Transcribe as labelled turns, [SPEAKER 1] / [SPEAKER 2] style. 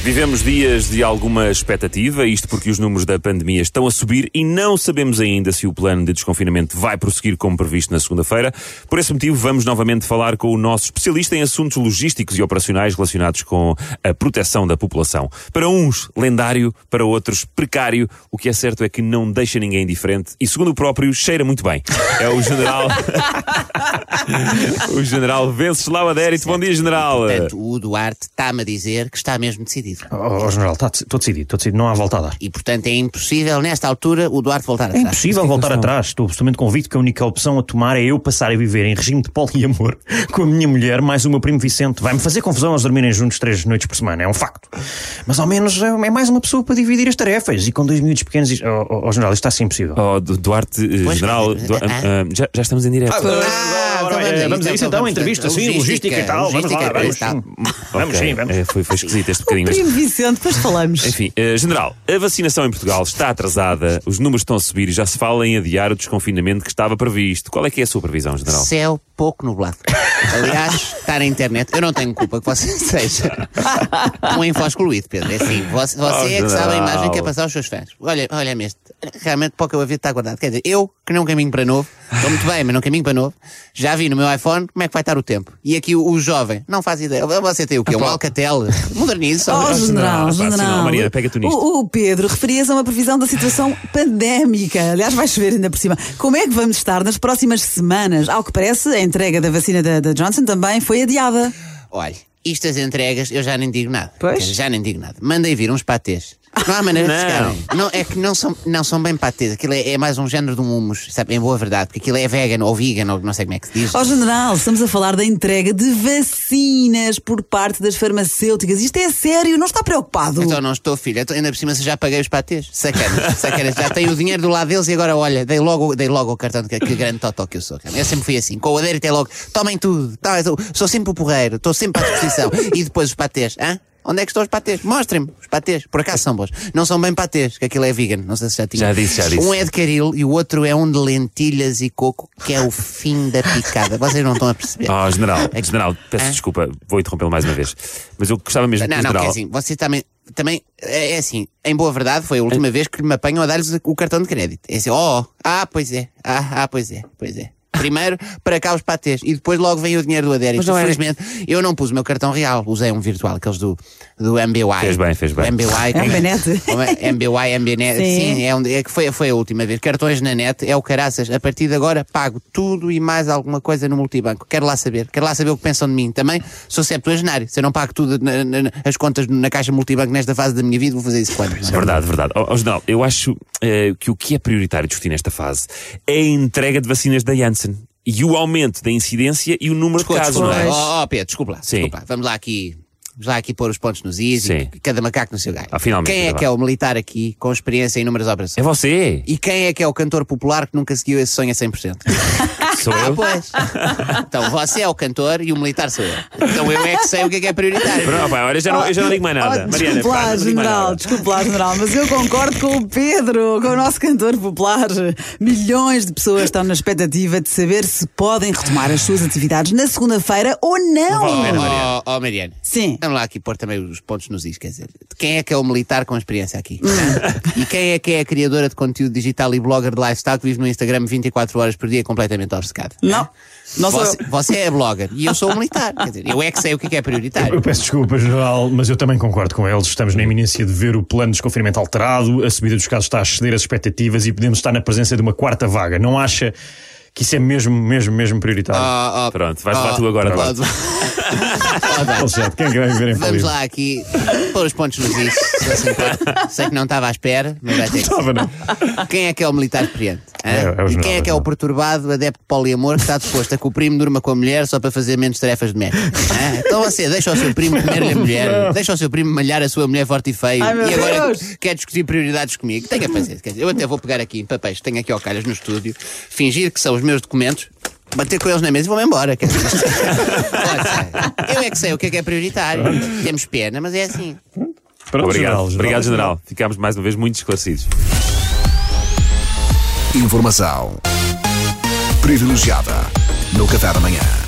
[SPEAKER 1] Vivemos dias de alguma expectativa, isto porque os números da pandemia estão a subir e não sabemos ainda se o plano de desconfinamento vai prosseguir como previsto na segunda-feira. Por esse motivo, vamos novamente falar com o nosso especialista em assuntos logísticos e operacionais relacionados com a proteção da população. Para uns, lendário, para outros, precário. O que é certo é que não deixa ninguém diferente e, segundo o próprio, cheira muito bem. É o general. o general Venceslau Adérito. Bom dia, general.
[SPEAKER 2] Portanto, o Duarte está-me a dizer que está mesmo decidido.
[SPEAKER 3] Ó ó, general, estou decidido, estou decidido, não há volta a dar.
[SPEAKER 2] E, portanto, é impossível, nesta altura, o Duarte voltar
[SPEAKER 3] É
[SPEAKER 2] atrás.
[SPEAKER 3] impossível voltar atrás. Estou absolutamente convicto que a única opção a tomar é eu passar a viver em regime de poliamor com a minha mulher mais o meu primo Vicente. Vai-me fazer confusão eles dormirem juntos três noites por semana, é um facto. Mas ao menos é é mais uma pessoa para dividir as tarefas e com dois miúdos pequenos. isto- ó, ó, ó, general, isto está assim impossível.
[SPEAKER 1] Oh, Du- Duarte, eh,
[SPEAKER 2] Pois,
[SPEAKER 1] general,
[SPEAKER 2] mas-
[SPEAKER 1] Du-
[SPEAKER 2] ah,
[SPEAKER 1] ah, ah, já, já estamos em direto.
[SPEAKER 2] Ah, vamos
[SPEAKER 3] Ora,
[SPEAKER 2] a isso,
[SPEAKER 3] vamos a isso então,
[SPEAKER 2] vamos-
[SPEAKER 3] entrevista, sim, logística e tal. Vamos lá,
[SPEAKER 2] logística e
[SPEAKER 3] vamos.
[SPEAKER 2] tal.
[SPEAKER 3] Vamos
[SPEAKER 1] Ok,
[SPEAKER 3] sim, vamos.
[SPEAKER 1] eh, foi, foi esquisito este bocadinho. mas-
[SPEAKER 4] Primo Vicente, depois falamos.
[SPEAKER 1] Enfim, eh, general, a vacinação em Portugal está atrasada, os números estão a subir e já se fala em adiar o desconfinamento que estava previsto. Qual é que é a sua previsão, general?
[SPEAKER 2] Céu pouco nublado. Aliás, está na internet. Eu não tenho culpa que você seja um infoscluído, Pedro. É assim, você, você é que sabe a imagem que é passar aos seus fãs. Olha, olha mesmo, realmente pouco eu havia de estar guardado. Quer dizer, eu que não caminho para novo, estou muito bem, mas não caminho para novo, já vi no meu iPhone como é que vai estar o tempo. E aqui o, o jovem, não faz ideia. Você tem o quê? Um Alcatel? Modernize só.
[SPEAKER 1] Então, é
[SPEAKER 4] Oh, general,
[SPEAKER 1] Não, pá, senão,
[SPEAKER 4] general.
[SPEAKER 1] Maria, pega-te nisto.
[SPEAKER 4] o, o Pedro, referias a uma previsão da situação pandémica. Aliás, vai chover ainda por cima. Como é que vamos estar nas próximas semanas? Ao que parece, a entrega da vacina da, da Johnson também foi adiada.
[SPEAKER 2] Olha, isto as entregas eu já nem digo nada.
[SPEAKER 4] Pois.
[SPEAKER 2] Quer dizer, Já nem digo nada. Mandei vir uns patês. Não há maneira de
[SPEAKER 1] Não.
[SPEAKER 2] chegarem. Não, é que não são, não são bem patês. Aquilo é, é mais um género de um humus, sabe? Em boa verdade, porque aquilo é vegan ou vegan ou não sei como é que se diz.
[SPEAKER 4] Ó Oh, general, estamos a falar da entrega de vacinas por parte das farmacêuticas. Isto é sério, não está preocupado.
[SPEAKER 2] Então não estou, filho. Então, ainda por cima, se já paguei os patês. Sacanas, sacanas. Já tenho o dinheiro do lado deles e agora, olha, dei logo, dei logo o cartão. Que, que grande totó que eu sou. cara. Eu sempre fui assim. Com o adérito é logo, tomem tudo. Tá, eu sou sempre o porreiro, estou sempre à disposição. E depois os patês, hã? Onde é que estão os patês? Mostrem-me os patês. Por acaso são bons. Não são bem patês, que aquilo é vegan. Não sei se já tinha.
[SPEAKER 1] Já disse, já disse.
[SPEAKER 2] Um é de caril e o outro é um de lentilhas e coco, que é o fim da picada. Vocês não estão a perceber.
[SPEAKER 1] Oh, general,
[SPEAKER 2] É que-
[SPEAKER 1] general, peço
[SPEAKER 2] Hã?
[SPEAKER 1] desculpa, vou interrompê-lo mais uma vez. Mas eu gostava mesmo que o
[SPEAKER 2] Não, não, que
[SPEAKER 1] general.
[SPEAKER 2] é assim, você também. Também, é é assim, em boa verdade, foi a
[SPEAKER 1] É.
[SPEAKER 2] última vez que me apanham a dar-lhes o cartão de crédito. É assim, oh, ah, pois é, ah, ah, pois é, pois é. Primeiro, para cá os patês, e depois logo vem o dinheiro do adérito. Infelizmente, eu não pus o meu cartão real, usei um virtual, aqueles do, do MBY.
[SPEAKER 1] Fez bem, fez bem.
[SPEAKER 2] O MBY. como é?
[SPEAKER 4] MBNet.
[SPEAKER 2] Como é? MBY, MBNet. Sim,
[SPEAKER 4] Sim.
[SPEAKER 2] é, onde, é que foi, foi a última vez. Cartões na net é o caraças. A partir de agora pago tudo e mais alguma coisa no multibanco. Quero lá saber. Quero lá saber o que pensam de mim. Também sou septuagenário. Se eu não pago tudo na- na- as contas na caixa multibanco nesta fase da minha vida, vou fazer isso quando?
[SPEAKER 1] Verdade, verdade. Ó, ó, general, eu acho eh, que o que é prioritário discutir nesta fase é a entrega de vacinas da Janssen e o aumento da incidência e o número de casos, não
[SPEAKER 2] desculpa,
[SPEAKER 1] é?
[SPEAKER 2] oh, oh, Pedro, desculpa lá,
[SPEAKER 1] Sim.
[SPEAKER 2] desculpa lá. Vamos lá aqui. Vamos lá aqui pôr os pontos nos is
[SPEAKER 1] Sim.
[SPEAKER 2] e cada macaco no seu galho.
[SPEAKER 1] Ah, finalmente,
[SPEAKER 2] Quem é
[SPEAKER 1] ainda
[SPEAKER 2] que é
[SPEAKER 1] bem.
[SPEAKER 2] o militar aqui com experiência em inúmeras
[SPEAKER 1] É
[SPEAKER 2] operações?
[SPEAKER 1] você!
[SPEAKER 2] E quem é que é o cantor popular que nunca seguiu esse sonho a 100%?
[SPEAKER 1] Sou
[SPEAKER 2] Ah,
[SPEAKER 1] eu?
[SPEAKER 2] pois. Então você é o cantor e o militar sou eu. Então eu é que sei o que é, que é prioritário.
[SPEAKER 1] Pronto, pá, olha, já não, eu já não digo mais nada.
[SPEAKER 4] Oh,
[SPEAKER 1] Mariana,
[SPEAKER 4] desculpe
[SPEAKER 1] pá,
[SPEAKER 4] lá,
[SPEAKER 1] não digo mais
[SPEAKER 4] general,
[SPEAKER 1] nada.
[SPEAKER 4] desculpe lá, general, mas eu concordo com o Pedro, com o nosso cantor popular. Milhões de pessoas estão na expectativa de saber se podem retomar as suas atividades na segunda-feira ou
[SPEAKER 1] vale a pena.
[SPEAKER 4] não.
[SPEAKER 2] Oh, oh, Mariana.
[SPEAKER 4] Sim.
[SPEAKER 2] Vamos lá aqui pôr também os pontos nos is, quer dizer, de quem é que é o militar com experiência aqui?
[SPEAKER 1] Hum.
[SPEAKER 2] e quem é que é a criadora de conteúdo digital e blogger de lifestyle que vive no Instagram 24 horas por dia completamente obcecada?
[SPEAKER 4] Não, não sou
[SPEAKER 2] Você,
[SPEAKER 4] eu.
[SPEAKER 2] você é blogger e eu sou o militar. Quer dizer, eu é que sei o que é que é prioritário.
[SPEAKER 3] Eu peço desculpa, general, mas eu também concordo com eles. Estamos na iminência de ver o plano de desconfinamento alterado, a subida dos casos está a exceder as expectativas e podemos estar na presença de uma quarta vaga. Não acha que isso é mesmo, mesmo, mesmo prioritário?
[SPEAKER 2] Oh, oh,
[SPEAKER 1] Pronto, vais levar tu agora, Duarte.
[SPEAKER 2] Duarte. Oh, Duarte.
[SPEAKER 3] Ele sabe, quem é que vai ver em
[SPEAKER 2] Vamos
[SPEAKER 3] Paris?
[SPEAKER 2] lá aqui pôr os pontos nos is. se assim for. Sei que não estava à espera, mas vai ter que
[SPEAKER 3] Estava, não.
[SPEAKER 2] Quem é que é o militar experiente? hã?
[SPEAKER 3] É, é o
[SPEAKER 2] e
[SPEAKER 3] general,
[SPEAKER 2] quem é que é
[SPEAKER 3] general.
[SPEAKER 2] o perturbado adepto de poliamor que está disposto a que o primo durma com a mulher só para fazer menos tarefas de merda? hã? Então você deixa o seu primo comer-lhe a mulher, deixa o seu primo malhar a sua mulher forte e feio
[SPEAKER 4] Ai, meu
[SPEAKER 2] e agora
[SPEAKER 4] Deus.
[SPEAKER 2] quer discutir prioridades comigo. Tenha paciência. Quer dizer, eu até vou pegar aqui em papéis que tenho aqui ao calhas no estúdio, fingir que são os meus documentos. Bater com eles na mesa e vou-me embora. Quer dizer, Olha, eu é que sei o que é que é prioritário. Temos pena, mas é assim.
[SPEAKER 3] Pronto,
[SPEAKER 1] Obrigado,
[SPEAKER 3] general,
[SPEAKER 1] obrigado, general. Ficámos mais uma vez muito esclarecidos.
[SPEAKER 5] Informação privilegiada no Café da Manhã.